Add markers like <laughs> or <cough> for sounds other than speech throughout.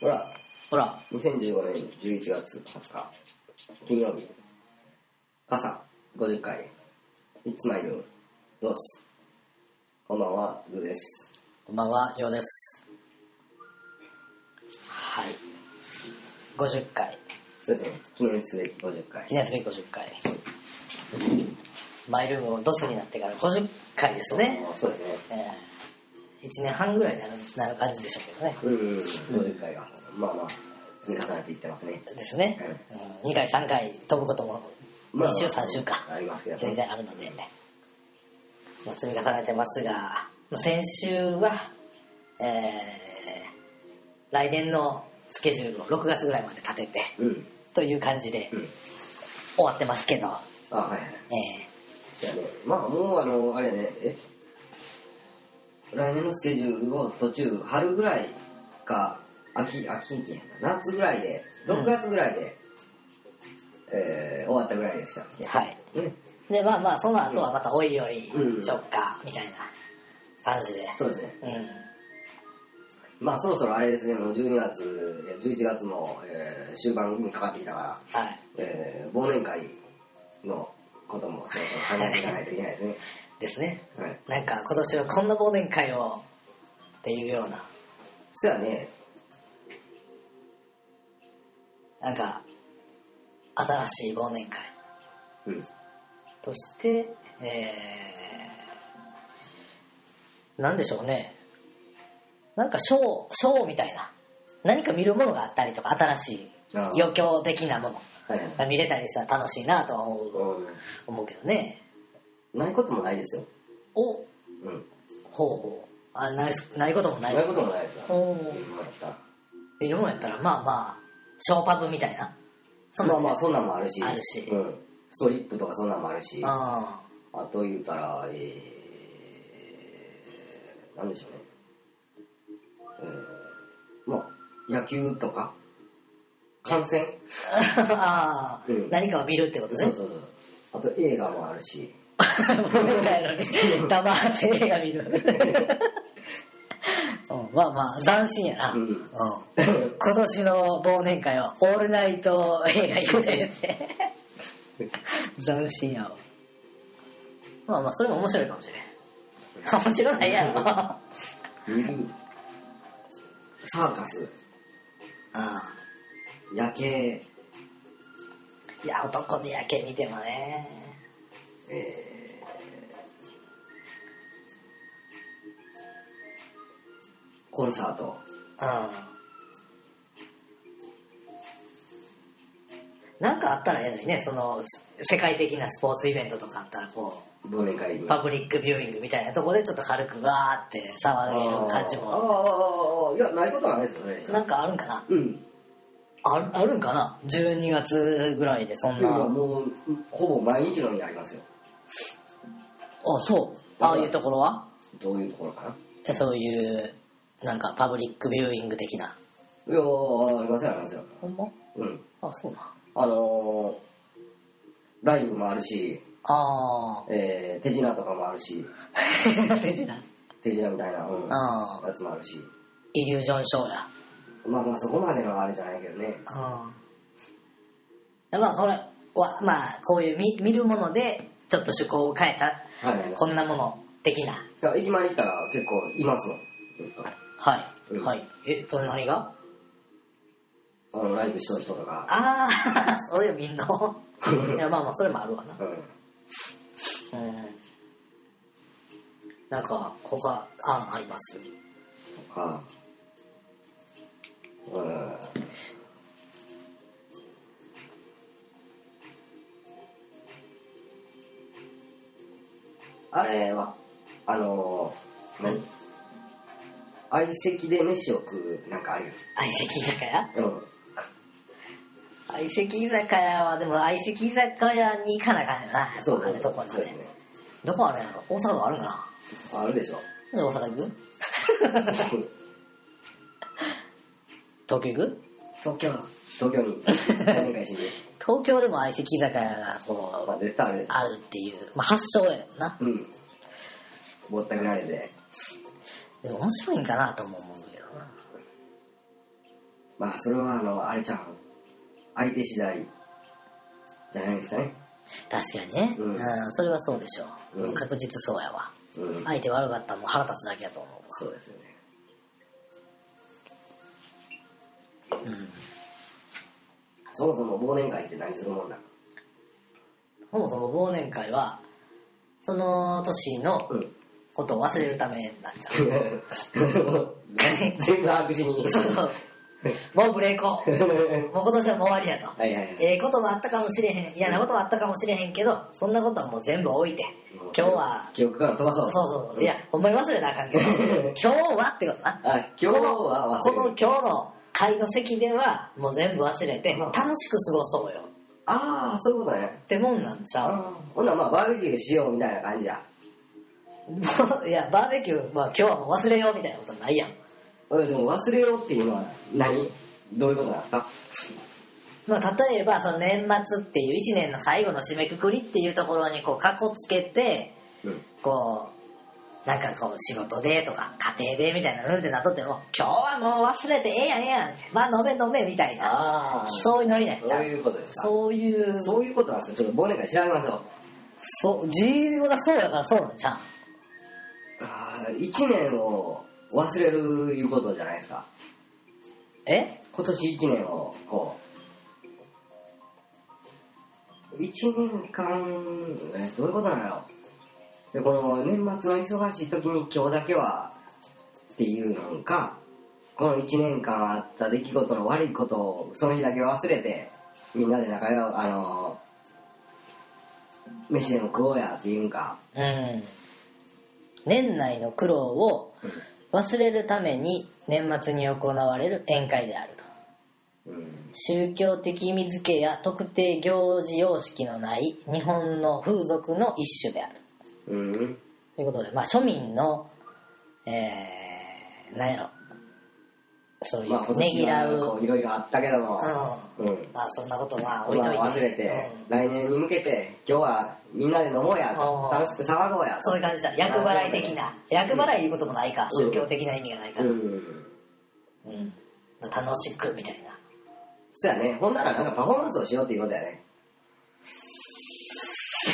ほら、ほら、 2015年11月20日、金曜日、朝50回、いつまいる、どうす。こんばんは、ズーです。こんばんは、ようです。はい。50回。そうですね、記念すべき50回。記念すべき50回。マイルームをドスになってから50回ですね。そうですね。えー、1年半ぐらいになるなる感じでしょうけどね。うん、50回が、まあまあ、積み重ねていってますね。ですね。うん、2回、3回飛ぶことも2週、3週か。ありますけど全ね。然あるので、まあ、積み重ねてますが、まあ先週は、えー、来年のスケジュールを6月ぐらいまで立てて、うん、という感じでうん。終わってますけど、あ、はいはい。えじゃあね、まあもうあの、あれやね、え来年のスケジュールを途中、春ぐらいか、秋、秋季やな、夏ぐらいで、6月ぐらいで、えー終わったぐらいでしたっけ。ーはい。うん、で、まあまあ、その後はまたおいおいしよっか、みたいな感じで。そうですね。うん。まあそろそろあれですね、もう12月、いや11月も、えー終盤にかかってきたから、はい。えー忘年会のこともそろそろ考えていかないといけないですね。ですね。はい。なんか今年はこんな忘年会をっていうような、そやね、なんか新しい忘年会。うん。として、えー、なんでしょうね。なんかショー、ショーみたいな。何か見るものがあったりとか、新しいあー余興的なものはいはい。が見れたりしたら楽しいなとは思うう思うけどね。ん。ないこともないですよ。お、ほうん。うほう。あ、ないす、ないこともなないい。こともないですよ。おうんーまあやった見るもんやったら、まあまあ、ショーパブみたいな。そんまなあんまあそんなんもあるしあるしうん、ストリップとかそんなんもあるしあ <laughs> あと言うたらえー、なんでしょうね、えー、まあ野球とか観戦ーあー、うん何かを見るってことそうね。そうそうあと映画もあるし忘年会な <laughs> のに、黙って映画見る。うん、まあまあ、斬新やな。うん今年の忘年会は、オールナイト映画行くでって。斬新やわ。まあまあ、それも面白いかもしれん。面白ないやろ。あ見るサーカスあ夜景いや、男で夜景見てもね。えーコンサートうん。なんかあったらええのにね、その、世界的なスポーツイベントとかあったら、こう。忘年会にパブリックビューイングみたいなとこでちょっと軽くわーって騒げる感じもあーあーあーあーいやないことはないですよねなんかあるんかなうんあるあるんかな12月ぐらいでそんでなもあもうほぼ毎日のようにありますよそうああいうところはどういうところかなえそういうなんかパブリックビューイング的ないやーありますよありますよほんまうんあそうなんあのー、ライブもあるし、あえー、手品とかもあるしあ <laughs> 手品手品みたいな、うん、ああやつもあるしイリュージョンショーやまあまあそこまでのあれじゃないけどねうんまあこれはまあこういう見見るものでちょっと趣向を変えたはいはいこんなもの的なだから駅前に行ったら結構いますもんずっはい、うんはいえそれ何がとあのライブしとる人とかああ、 <laughs> そうよ、み <laughs> んな。いや、まあまあ、それもあるわな。うんうん。なんか、他、案ありますとかうんあれはあのー何相席で飯を食うなんかある相席居酒屋やんうん相席居酒屋は、でも相席居酒屋に行かなあかんよな。そうあだれどこにそうですね。ねどこあるんやろ大阪があるんかなあるでしょなんで大 <laughs> 阪行く東東京行く京東京 <laughs> に何回し <laughs> に東京でも相席居酒屋がこまあ絶対あるでしう、ょあるっていう。まあ、発祥やんな。うんぼったくられてでも面白いんかなとも思うけどな。まあ、それは、あの、あれちゃん、相手次第、じゃないですかね。確かにね、うんうんそれはそうでしょう、うん確実そうやわうん。相手悪かったらもう腹立つだけやと思そうですよね。う、うん、そもそも忘年会って何するもんだそもそも忘年会はその年のうん。ことを忘れるためになっちゃう全部白紙に。そう <laughs> そうもうブレイクもう今年はもう終わりやとはいはいはい。ええこともあったかもしれへん嫌なこともあったかもしれへんけどそんなことはもう全部置いて今日は記憶から飛ばそそうう。そうそういやほんまに忘れなあかん <laughs> けど今日はってことなあ、今日はこ忘のれる。今日の会の席ではもう全部忘れてうん楽しく過ごそうよああ、そういうことね。ってもんなんちゃうほんならまあ、バーベキューしようみたいな感じや。 <laughs> いやバーベキュー、まあ、今日はもう忘れようみたいなことないやん俺でも忘れようっていうのは何どういうことなんですかまあ、例えばその年末っていう1年の最後の締めくくりっていうところにこうかこつけてうん。こうなんかこう仕事でとか家庭でみたいなムーでなっとっても今日はもう忘れてええやんええやんまあ飲め飲めみたいなああ、そういうノリになっちそゃうういうことですか。そういうそうそういうことなんですかちょっと忘年会調べましょう。そう自由がそうやからそうなんちゃうああ、一年を忘れるいうことじゃないですか。え今年一年を、こう。一年間、えどういうことなんやろで、この年末の忙しい時に今日だけは、っていうのか、この一年間あった出来事の悪いことをその日だけ忘れて、みんなで仲良、あの、飯でも食おうやっていうんか。うん年内の苦労を忘れるために年末に行われる宴会であるとうん。宗教的意味付けや特定行事様式のない日本の風俗の一種であるうん。ということで、まあ、庶民のえー、なんやろそういまあう今ねぎ年らう、はこういろいろあったけども、うん。うん、まあそんなことまあ置い今といて、忘れて、うん来年に向けて今日はみんなで飲もうやおー楽しく騒ごうやそういう感じだ厄払い的な厄払いいうこともないか、宗教的な意味がないから、うんうんまあ、楽しくみたいな <laughs> そうやねほんならなんかパフォーマンスをしようっていうことやね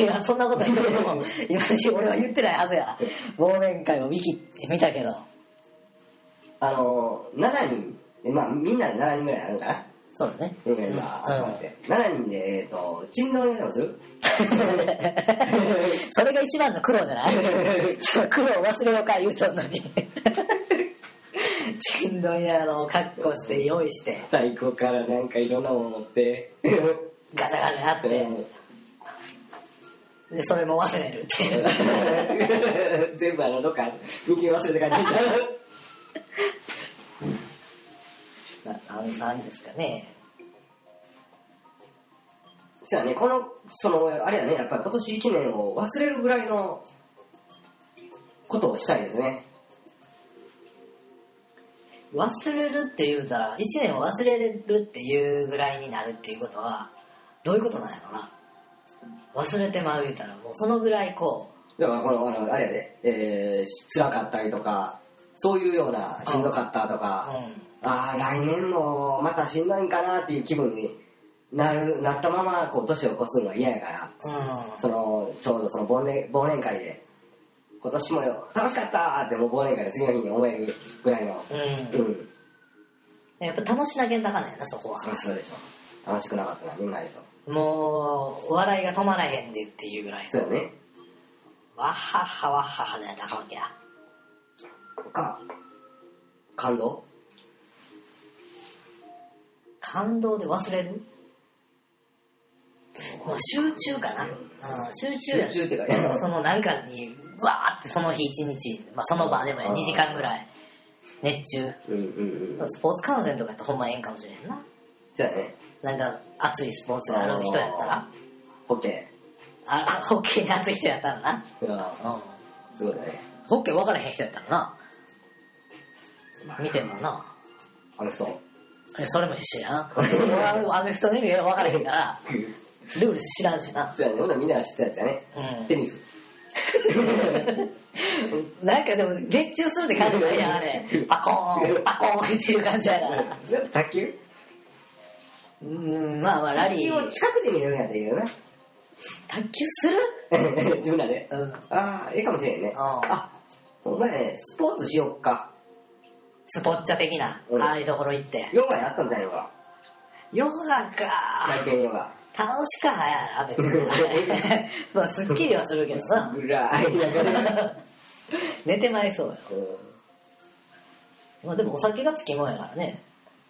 いやそんなこと言ったけども今俺は言ってないはずや忘年会を見き見たけどあのー、7人でまあみんなで7人ぐらいになるんかなそうだねうんメンバー集まって、7人でえっ、と珍道にでもするそれが一番の苦労じゃ <laughs> ない苦労を忘れようか言うとんのに <laughs> ちんどんやの格好して用意して太鼓からなんかいろんなもの持って <laughs> ガチャガチャやってでそれも忘れるっていう <laughs> 全部あのどっか道に忘れて帰ってきちゃうななんなんですかねそうやね、この、その、あれやね、やっぱり今年1年を忘れるぐらいのことをしたいですね。忘れるって言うたら1年を忘れるっていうぐらいになるっていうことはどういうことなんやろな忘れてまう言うたらもうそのぐらいこだから、この、あの、あれやで、えー、辛かったりとか、そういうような、しんどかったとう、うか、ん、ああ、来年もまたしんどいんかなっていう気分になる、なったまま、こう、年を越すのが嫌やから、うん、その、ちょうどその忘年、忘年会で、今年もよ、楽しかったーってもう忘年会で次の日に思えるぐらいの、ううん、ん、やっぱ楽しなげんだかんやなそこはそりゃそうでしょ。楽しくなかったな、みんなでしょ。もう笑いが止まらへんでっていうぐらいそうよね。わっはっはわっはっはで高わけやか感動感動で忘れるもう集中かな、うん、集中や集中っていうかそのなんかにわーってその日一日、まあ、その場でもやうん2時間ぐらい熱中うんうんスポーツ観戦とかやったらほんまええんかもしれんなそうやねなんか熱いスポーツがある人やったらホッケあホッケーに熱い人やったらな、ーいやうん、すごいねホッケー分からへん人やったらな見てもなあの人えそれも必死 <laughs> やな俺はアメフトの意味が分からへんからルール知らんしなそうやねほんならみんなが知ったやつやねうんテニスなんかでも、月中するって感じないやん、あれ。パコーン、パコーンっていう感じやな。卓球うん、まあまあ、ラ卓リ球ーを。近くで見れるんやったらいいよな。卓球する <laughs> 自分らで。うん。ああ、いいかもしれんね。あーあ、お前ね、スポーツしよっか。スポッチャ的な、うんああいうところ行って。ヨガやったんじゃないのか。ヨガか体験ヨガ。楽しかないやな、別に。まあ、すっきりはするけどな。ぐらいだから。寝てまいそうよ。うまあでもお酒がつきもんやからね、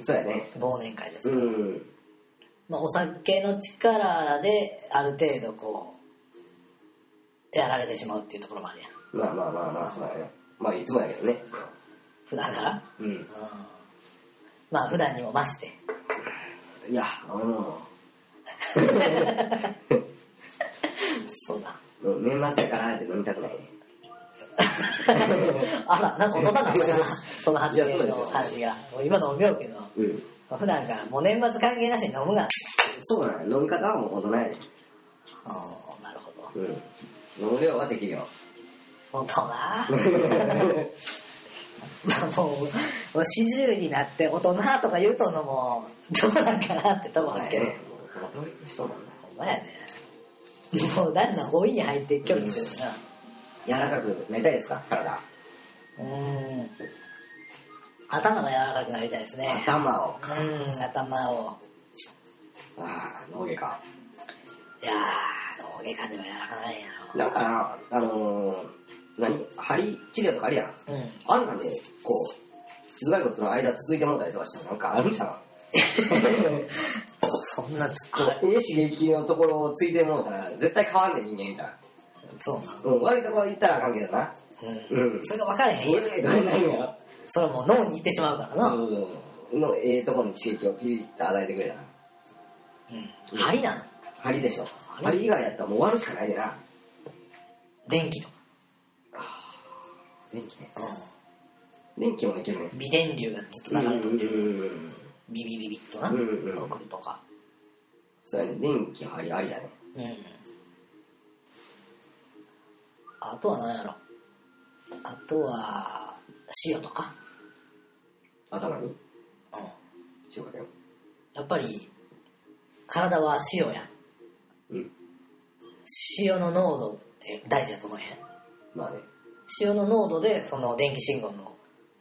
ん。そうやね。忘年会です。うん。まあお酒の力で、ある程度こう、やられてしまうっていうところもあるやん。まあまあまあまあ、そうやね。まあ、いつもやけどね。普段から。うん。うん。まあ普段にも増して。いや、俺も、そうだ。 <laughs> うん年末やからって飲みたくないね。あら、なんか音高かったな。その発言いやのそうですよ感じが。もう今飲みようけど、うん。まあ普段からもう年末関係なしに飲むが。そうなの飲み方はもう大人やで。うん、なるほど。うん。飲量はできる <laughs> よ。本当な。まあもう、もう40になって大人とか言うとんのも、どうなんかなってとこあるけど。ね。もう、統一しとんもんな。ほんまやね。もうだんだん老いに入って距離してるな。柔らかくなりたいですか体。うん。頭が柔らかくなりたいですね。頭を。うん、頭を。ああ、脳外か。いやー、脳外科でも柔らかないんやなんかな、あのー、何針治療とかあるやん。ろ。うん。あんなね、こう、頭蓋骨の間続いてもらったりとかしたらなんかあるんじゃん。そんなつっ <laughs> こう、ええ刺激のところをついてもらったら絶対変わんねん人間から。そうなの。うん、悪いところ行ったらあかんけどな。うん。うんそれが分からへんえよ。えとかなんやそれはもう脳にいってしまうからな。ろ。うん。のええとこに刺激をピリッと与えてくれたら。うん。針なの。針でしょ。針以外やったらもう終わるしかないでな。電気とか。電気ね。う電気もいけるねん。。微電流がずっと流れてる。うん。ビビビビッとな。うんうん送るとか。そうやね。電気針ありやね。うん。あとは何やろ。あとは、塩とか。頭に。うん。しようかけよやっぱり、体は塩やん。う。うん。塩の濃度、え大事だと思えへん。まあね。塩の濃度で、その電気信号の、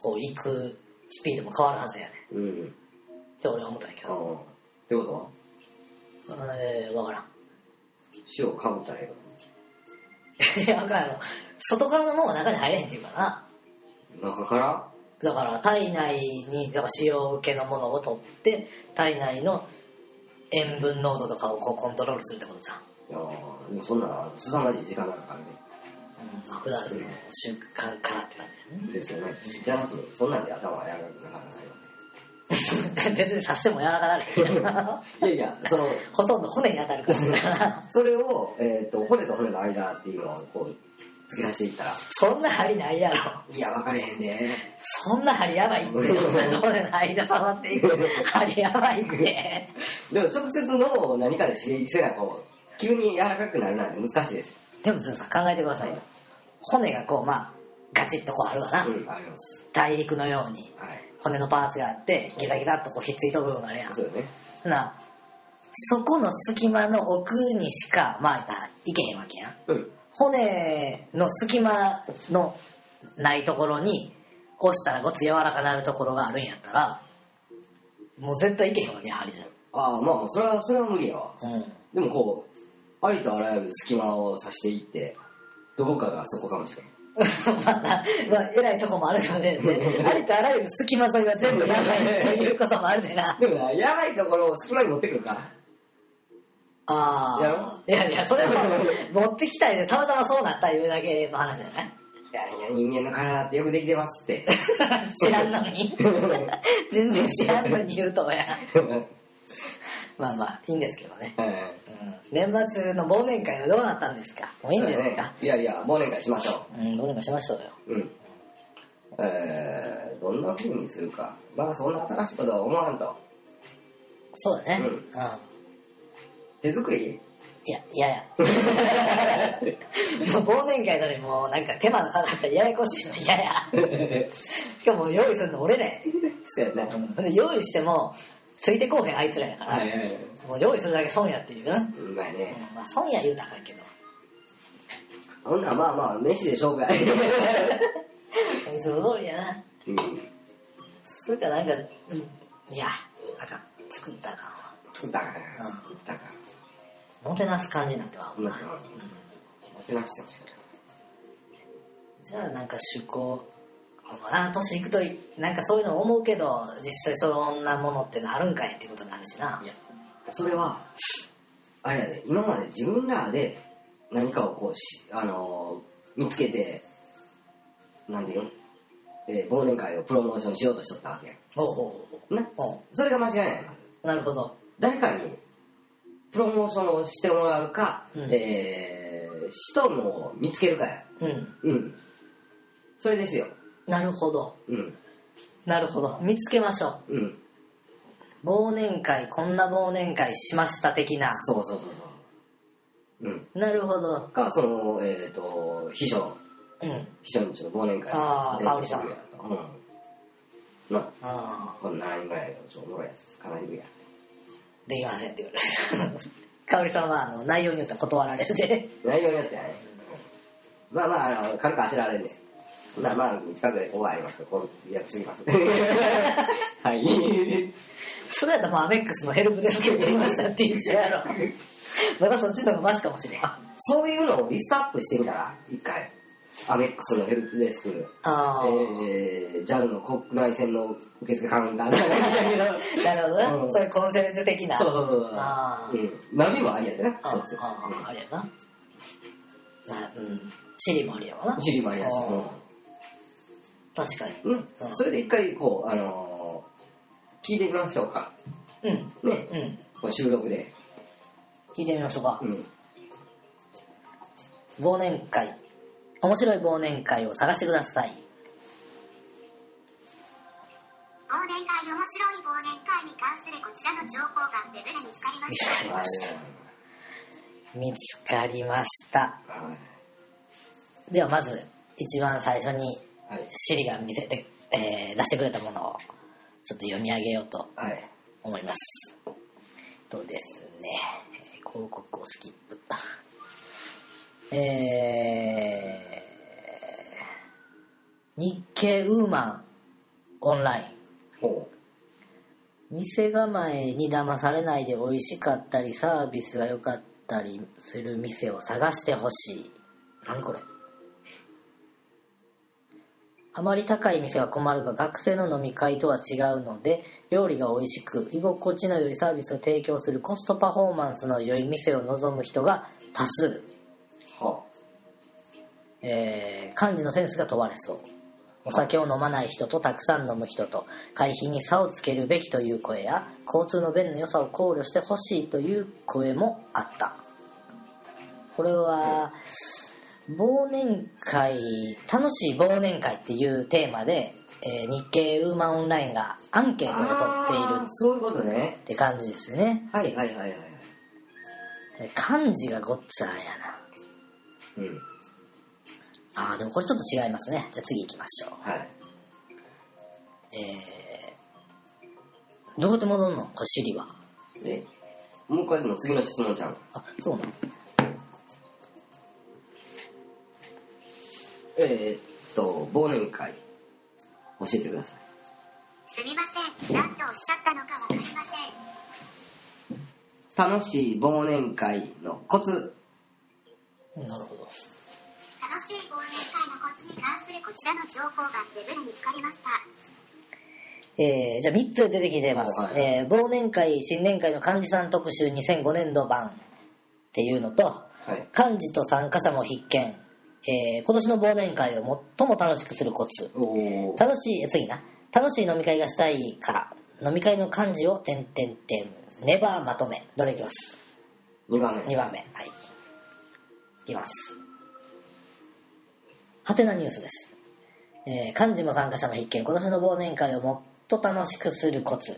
こう、行くスピードも変わるはずやねん。うん。って俺は思ったんやけああど。。ってことはえー、わからん。 <laughs> 塩かぶったらえいや、わからんやろ。外からのもんは中に入れへんっていうからな。えの中からだから体内にだから使用系のものを取って体内の塩分濃度とかをこうコントロールするってことじゃん、いやーでもそんな、凄まじい時間なんかかるうん、普段の習慣からって感ね。ですよね。じゃなくて、そんなんで頭が柔らかくなかなかなりまじやね <laughs> 別に刺しても柔らかなるけどせん。いやいや、その、 <laughs> ほとんど骨に当たるからそれを、えっと、骨と骨の間っていうのをこう、突き出していったら、 <laughs> そんな針ないやろいや、分かれへんで。そんな針やばいって骨の間刺さっていく針やばいってでも直接脳を何かで刺激せな、こう、急に柔らかくなるなんて難しいです。でもずさ考えてくださいよ骨がこうまあガチッとこうあるわな、うん、あります。大陸のようにはい。骨のパーツがあってギザギザっとこうひっついた部分があるやんそうよね。なそこの隙間の奥にしかまあいけへんわけやんうん。骨の隙間のないところに押したらごつ柔らかなるところがあるんやったらもう絶対いけへんわけや針じああ、まあまあ、それは、それは無理やわ。ゃんうんでもこう、ありとあらゆる隙間を刺していって、どこかがそこかもしれない。 <laughs> まあな、まあ、偉いとこもあるかもし <laughs> れんねありとあらゆる隙間沿いは全部やばいということもあるでなでもな、やばいところを隙間に持ってくるか。ああやろいやいやそれは持 <laughs> ってきたいでたまたまそうなったいうだけの話じゃないいやいや、人間の体ってよくできてますって。知らんの <laughs> に全然知らんのに <laughs> 言うとはやまあまあいいんですけどね、うん、年末の忘年会はどうなったんですかもういいんじゃないか、いやいや、忘年会しましょうんどうにかしましょうよう。うん。えー、どんな風にするか。まあ、そんな新しいことは思わんと。そうだねうんうん、手作りいや、いや <laughs> や。もう忘年会なのにもうなんか手間のかかったりややこしいの嫌や。しかも用意するの俺らやねそうやな。で用意しても、ついてこうへんあいつらやから、はいはいはい。もう用意するだけ損やっていうな。うまいね。まあ損や言うたらあかんけど。ほんならまあまあ、飯で勝 <laughs> 負や。いつも通りやな。うん。それかなんか、うん、いや、あかん。作ったらあかんわ。作ったからな。うん作ったから。もてなす感じになってはうまいな。もてなしてほしいから。じゃあなんか趣向ああ年いくとなんかそういうの思うけど実際そんなものってのあるんかいってことになるしないや、それは、あれやね、今まで自分らで何かをこうし、あのー見つけて、なんでよ、えー忘年会をプロモーションしようとしとったわけやおうおうおうな、おそれが間違いないな。うなるほど誰かにプロモーションをしてもらうか、うんえー、人も見つけるかや。うんうん。それですよ。なるほどうん。なるほど見つけましょうん。う忘年会こんな忘年会しました的なそうそうそうそう。うん。なるほどか、その、えっ、と、秘書。うん秘書のちょっと忘年会あー全香部織さんやったうんなああこの7人ぐらいのちょっとおもろいやつかなりいるやできませんって言われる <laughs> 香織さんはあの内容によっては <laughs> 断られるで内容によってはねまあまああの軽くあしらわれんねまあまあ近くでここがありますからこう約束します <laughs> はい <laughs> それやったらもうアメックスのヘルプデスクに出ましたって一緒やろまだそっちの方がマシかもしれんあそういうのをリストアップしてみたら一回アメックスのヘルプデスクあー、えー、JAL の国内線の受付カウンターなるほどな、うんそういうコンシェルジュ的 <laughs> な。そうそうそうそうあーうん、ナビもありやでなあ一つあああれやな。なうん。シリもありやわな。ジリもありやし、うん確かに。うん、それで一回こう、あのー聞いてみましょうかうん。ねうん。こう収録で、聞いてみましょうかう。ん、忘年会。面白い忘年会を探してください。忘年会面白い忘年会に関するこちらの情報がウェブで見つかりましたはい見つかりました。はではまず、一番最初に、いはいシリが見せて、えー出してくれたものを、ちょっと読み上げようとはい思います。えっとですね、えー広告をスキップ。えー、日経ウーマンオンライン。ほ店構えに騙されないで美味しかったりサービスが良かったりする店を探してほしい何これあまり高い店は困るが学生の飲み会とは違うので料理が美味しく居心地の良いサービスを提供するコストパフォーマンスの良い店を望む人が多数、うはえー、漢字のセンスが問われそうお酒を飲まない人とたくさん飲む人と会費に差をつけるべきという声や交通の便の良さを考慮してほしいという声もあったこれは忘年会楽しい忘年会っていうテーマで、えー日経ウーマンオンラインがアンケートを取っているあーそういうことねって感じですねはいはいはいはいで漢字がごっつあれやなうんあーでもこれちょっと違いますねじゃあ次行きましょうはいえー、どうやって戻るのこれシリは。でもう一回でも次の質問ちゃんあ、そうなのえー、っと忘年会教えてくださいすみません何とおっしゃったのかわかりません楽しい忘年会のコツなるほど。楽しい忘年会のコツに関するこちらの情報がウェブで見つかりましたえー、じゃあ3つ出てきてます。はいえー、忘年会、新年会の漢字さん特集2005年度版っていうのと、はい漢字と参加者も必見。えー、今年の忘年会を最も楽しくするコツ。おお楽しい、え次な。楽しい飲み会がしたいから、飲み会の漢字を点々点。ネバーまとめ。どれいきます2番目2番目はいいきますはてなニュースです、えー漢字も参加者も必見今年の忘年会をもっと楽しくするコツ、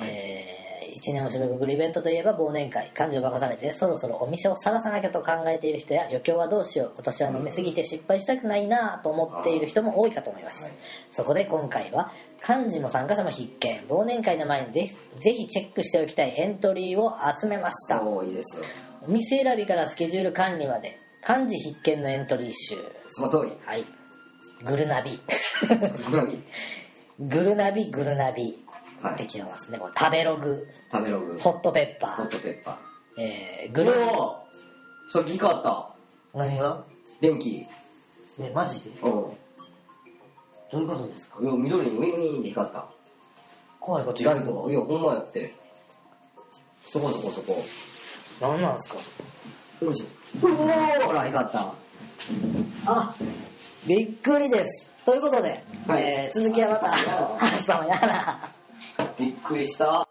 えー1年後ろのグルイベントといえば忘年会感情を任されてそろそろお店を探さなきゃと考えている人や余興はどうしよう今年は飲みすぎて失敗したくないなぁと思っている人も多いかと思いますはいそこで今回は幹事も参加者も必見忘年会の前にぜひぜひチェックしておきたいエントリーを集めましたおーいいですよお店選びからスケジュール管理まで漢字必見のエントリー集その通りはいグルナビ <laughs> 好みグルナビグルナビはいできますねこれ食べログ食べログホホットペッパッートペッパーえー、こグれルをさっき買った何が電気えマジでうんどういうことですかいや緑にウィンウィンって光った怖いことラ言イうトがいやほんまやってそこそこそこ何なんですかよいしょうおーほら光ったあびっくりですということで、はい <laughs> えー続きはまたあっさもやらびっくりした